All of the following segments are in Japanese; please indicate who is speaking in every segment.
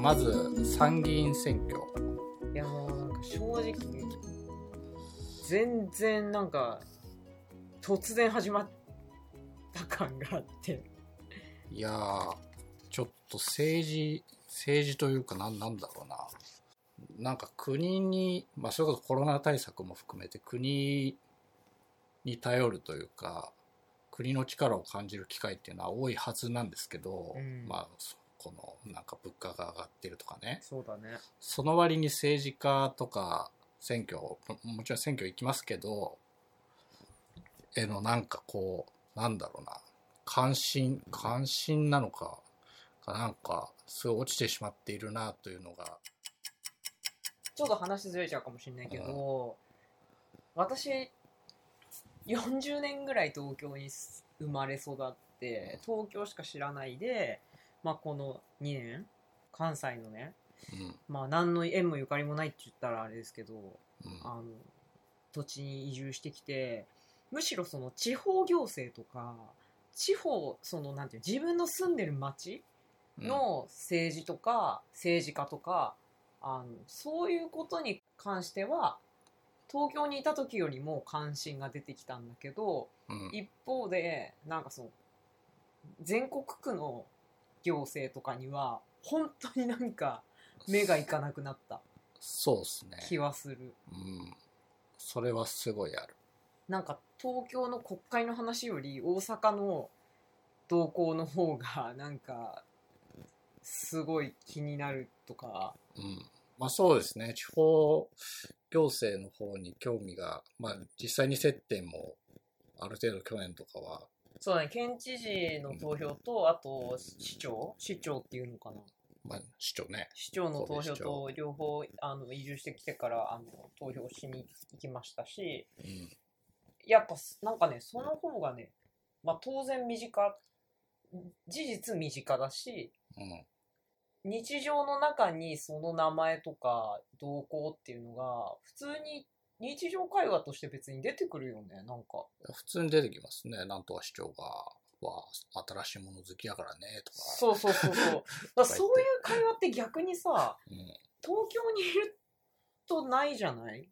Speaker 1: まず参議院選挙
Speaker 2: いやもうなんか正直全然なんか突然始まった感があって
Speaker 1: いやーちょっと政治政治というかなんなんだろうななんか国に、まあ、それこそコロナ対策も含めて国に頼るというか国の力を感じる機会っていうのは多いはずなんですけど、
Speaker 2: うん
Speaker 1: まあそこのなんか物価が上がってるとかね
Speaker 2: そうだね
Speaker 1: その割に政治家とか選挙ももちろん選挙行きますけどへのなんかこうなんだろうな関心関心なのかがなんかすごい落ちてしまっているなというのが
Speaker 2: ちょっと話ずれちゃうかもしれないけど、私40年ぐらい東京に生まれ育って東京しか知らないで、まあ、この2年関西のね、
Speaker 1: うん
Speaker 2: まあ、何の縁もゆかりもないって言ったらあれですけど
Speaker 1: うん
Speaker 2: あの土地に移住してきてむしろその地方行政とか地方そのなんていう自分の住んでる町の政治とか政治家とかあのそういうことに関しては東京にいた時よりも関心が出てきたんだけど
Speaker 1: うんうん
Speaker 2: 一方でなんかその全国区の行政とかには本当になんか目がいかなくなった
Speaker 1: そうですね
Speaker 2: 気はする。
Speaker 1: うんそれはすごいある
Speaker 2: なんか東京の国会の話より大阪の動向の方が なんかすごい気になるとか
Speaker 1: うんまあそうですね地方行政の方に興味がまあ実際に接点もある程度去年とかは
Speaker 2: そうだね県知事の投票とあと市長市長っていうのかな
Speaker 1: まあ、市長ね。
Speaker 2: 市長の
Speaker 1: そうで
Speaker 2: 投票
Speaker 1: す市長
Speaker 2: と両方あの移住してきてからあの投票しに行きましたし
Speaker 1: うん。
Speaker 2: やっぱなんかねその方がね、まあ、当然身近事実身近だし
Speaker 1: うん。
Speaker 2: 日常の中にその名前とか動向っていうのが普通に日常会話として別に出てくるよねなんか
Speaker 1: 普通に出てきますね。なんとか市長が、は、新しいもの好きやからね、とか。
Speaker 2: そうそうそうそう だからそういう会話って逆にさ
Speaker 1: うん。
Speaker 2: 東京にいるとないじゃない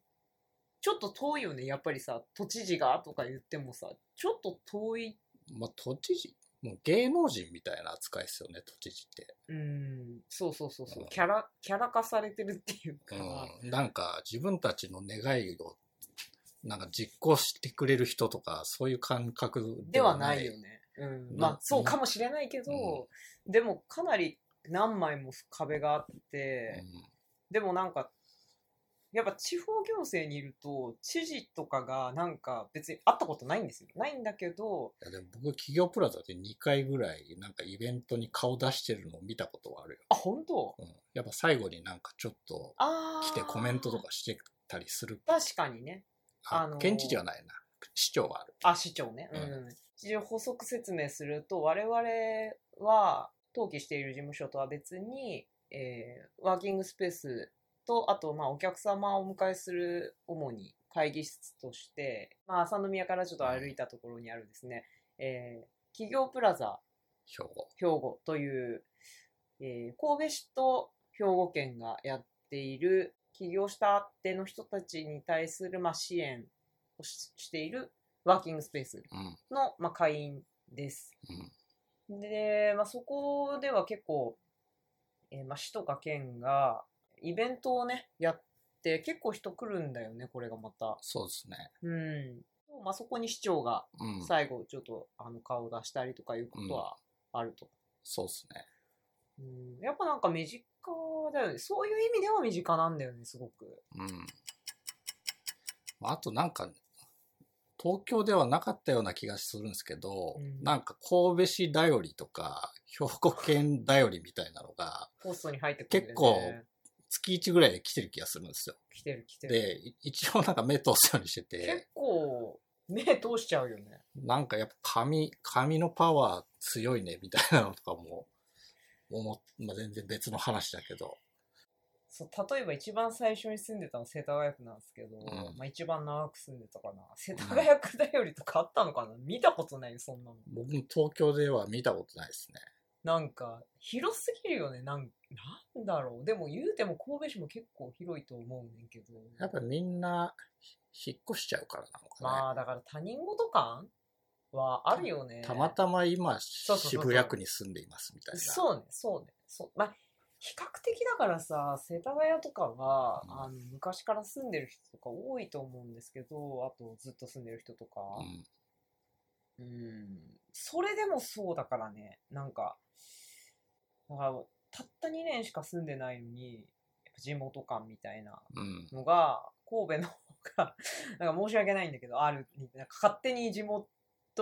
Speaker 2: ちょっと遠いよねやっぱりさ都知事がとか言ってもさちょっと遠い
Speaker 1: まあ、都知事、もう芸能人みたいな扱いですよね、都知事って。
Speaker 2: うんそうそうそうそう
Speaker 1: うん
Speaker 2: キャラキャラ化されてるっていうか、
Speaker 1: うん。なんか、自分たちの願いを、なんか実行してくれる人とか、そういう感覚
Speaker 2: ではないよ。ね。うん、ま
Speaker 1: うん
Speaker 2: あそうかもしれないけど、でもかなり何枚も壁があって、でもなんかやっぱ地方行政にいると知事とかがなんか別に会ったことないんですよ。ないんだけど
Speaker 1: うん。いやでも僕、企業プラザで2回ぐらい、なんかイベントに顔出してるのを見たことはあるよ。
Speaker 2: あ本当
Speaker 1: うん。やっぱ最後になんかちょっと
Speaker 2: あー
Speaker 1: 来てコメントとかしてたりする
Speaker 2: 確かにね
Speaker 1: あ
Speaker 2: あのー
Speaker 1: 県知事はないな。市長はある。
Speaker 2: あ市長ね、う
Speaker 1: うん
Speaker 2: ん、一応補足説明すると我々は登記している事務所とは別に、えーワーキングスペースとあとまあお客様をお迎えする主に会議室として、まあ、朝宮からちょっと歩いたところにあるですね、えー企業プラザ
Speaker 1: 兵庫。
Speaker 2: 兵庫という、えー神戸市と兵庫県がやっている起業したての人たちに対する、まあ、支援をししているワーキングスペース
Speaker 1: うん。
Speaker 2: の、まあ、会員です。
Speaker 1: うん。
Speaker 2: で、まあ、そこでは結構、えーまあ、市とか県がイベントをねやって結構人来るんだよねこれがまた。
Speaker 1: そうですね。
Speaker 2: うんまあ、そこに市長が
Speaker 1: うん。
Speaker 2: 最後ちょっとあの顔を出したりとかいうことはあると。
Speaker 1: そうですね。
Speaker 2: うんやっぱなんか身近だよねそういう意味では身近なんだよねすごく。
Speaker 1: うん。まあ、あとなんか、東京ではなかったような気がするんですけど、
Speaker 2: うん
Speaker 1: なんか神戸市頼りとか、兵庫県頼りみたいなのが、
Speaker 2: ポストに入ってくるんだよね。
Speaker 1: 月1ぐらいで来てる気がするんですよ。
Speaker 2: 来てる来てる。
Speaker 1: で、い一応なんか目通すようにして
Speaker 2: 結
Speaker 1: て、
Speaker 2: 構目通しちゃうよね。
Speaker 1: なんかやっぱ髪、髪のパワー強いねみたいなのとかも、思っまあ、全然別の話だけど、
Speaker 2: そう例えば一番最初に住んでたの世田谷区なんですけど、
Speaker 1: ん
Speaker 2: まあ、一番長く住んでたかな世田谷区だよりとかあったのかな、見たことないよそんなの
Speaker 1: 僕も東京では見たことないですね。
Speaker 2: なんか広すぎるよねなんなんだろうでも言うても神戸市も結構広いと思うねんけど
Speaker 1: やっぱみんな引っ越しちゃうからなのかね。
Speaker 2: まあだから他人事感はあるよね
Speaker 1: たまたま今、
Speaker 2: うそうそう
Speaker 1: 渋谷区に住んでいますみたいな。
Speaker 2: そうねそうねそうまあ比較的だからさ世田谷とかは、
Speaker 1: うん
Speaker 2: あの昔から住んでる人とか多いと思うんですけどあとずっと住んでる人とか、
Speaker 1: うん
Speaker 2: うんそれでもそうだからね、なんか、だからたった2年しか住んでないのに、やっぱ地元感みたいな
Speaker 1: うん。
Speaker 2: のが、神戸の方が、 なんか申し訳ないんだけど、ある、なんか勝手に地元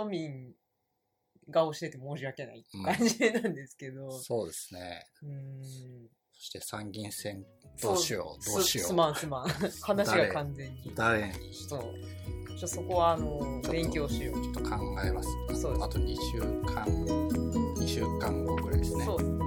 Speaker 2: 民が教えて申し訳ないって感じなんですけど、
Speaker 1: そうですね。
Speaker 2: うん、
Speaker 1: そして参議院選、どうしよう、
Speaker 2: そ
Speaker 1: どうしよ
Speaker 2: す
Speaker 1: う。
Speaker 2: まんすまん。話が完全に。
Speaker 1: 誰に
Speaker 2: ちょっと、ちょっとそこは、あの、勉強しよう。
Speaker 1: ちょっと考えます。
Speaker 2: そうです
Speaker 1: あと2週間、2週間後ぐらいですね。
Speaker 2: そうですね。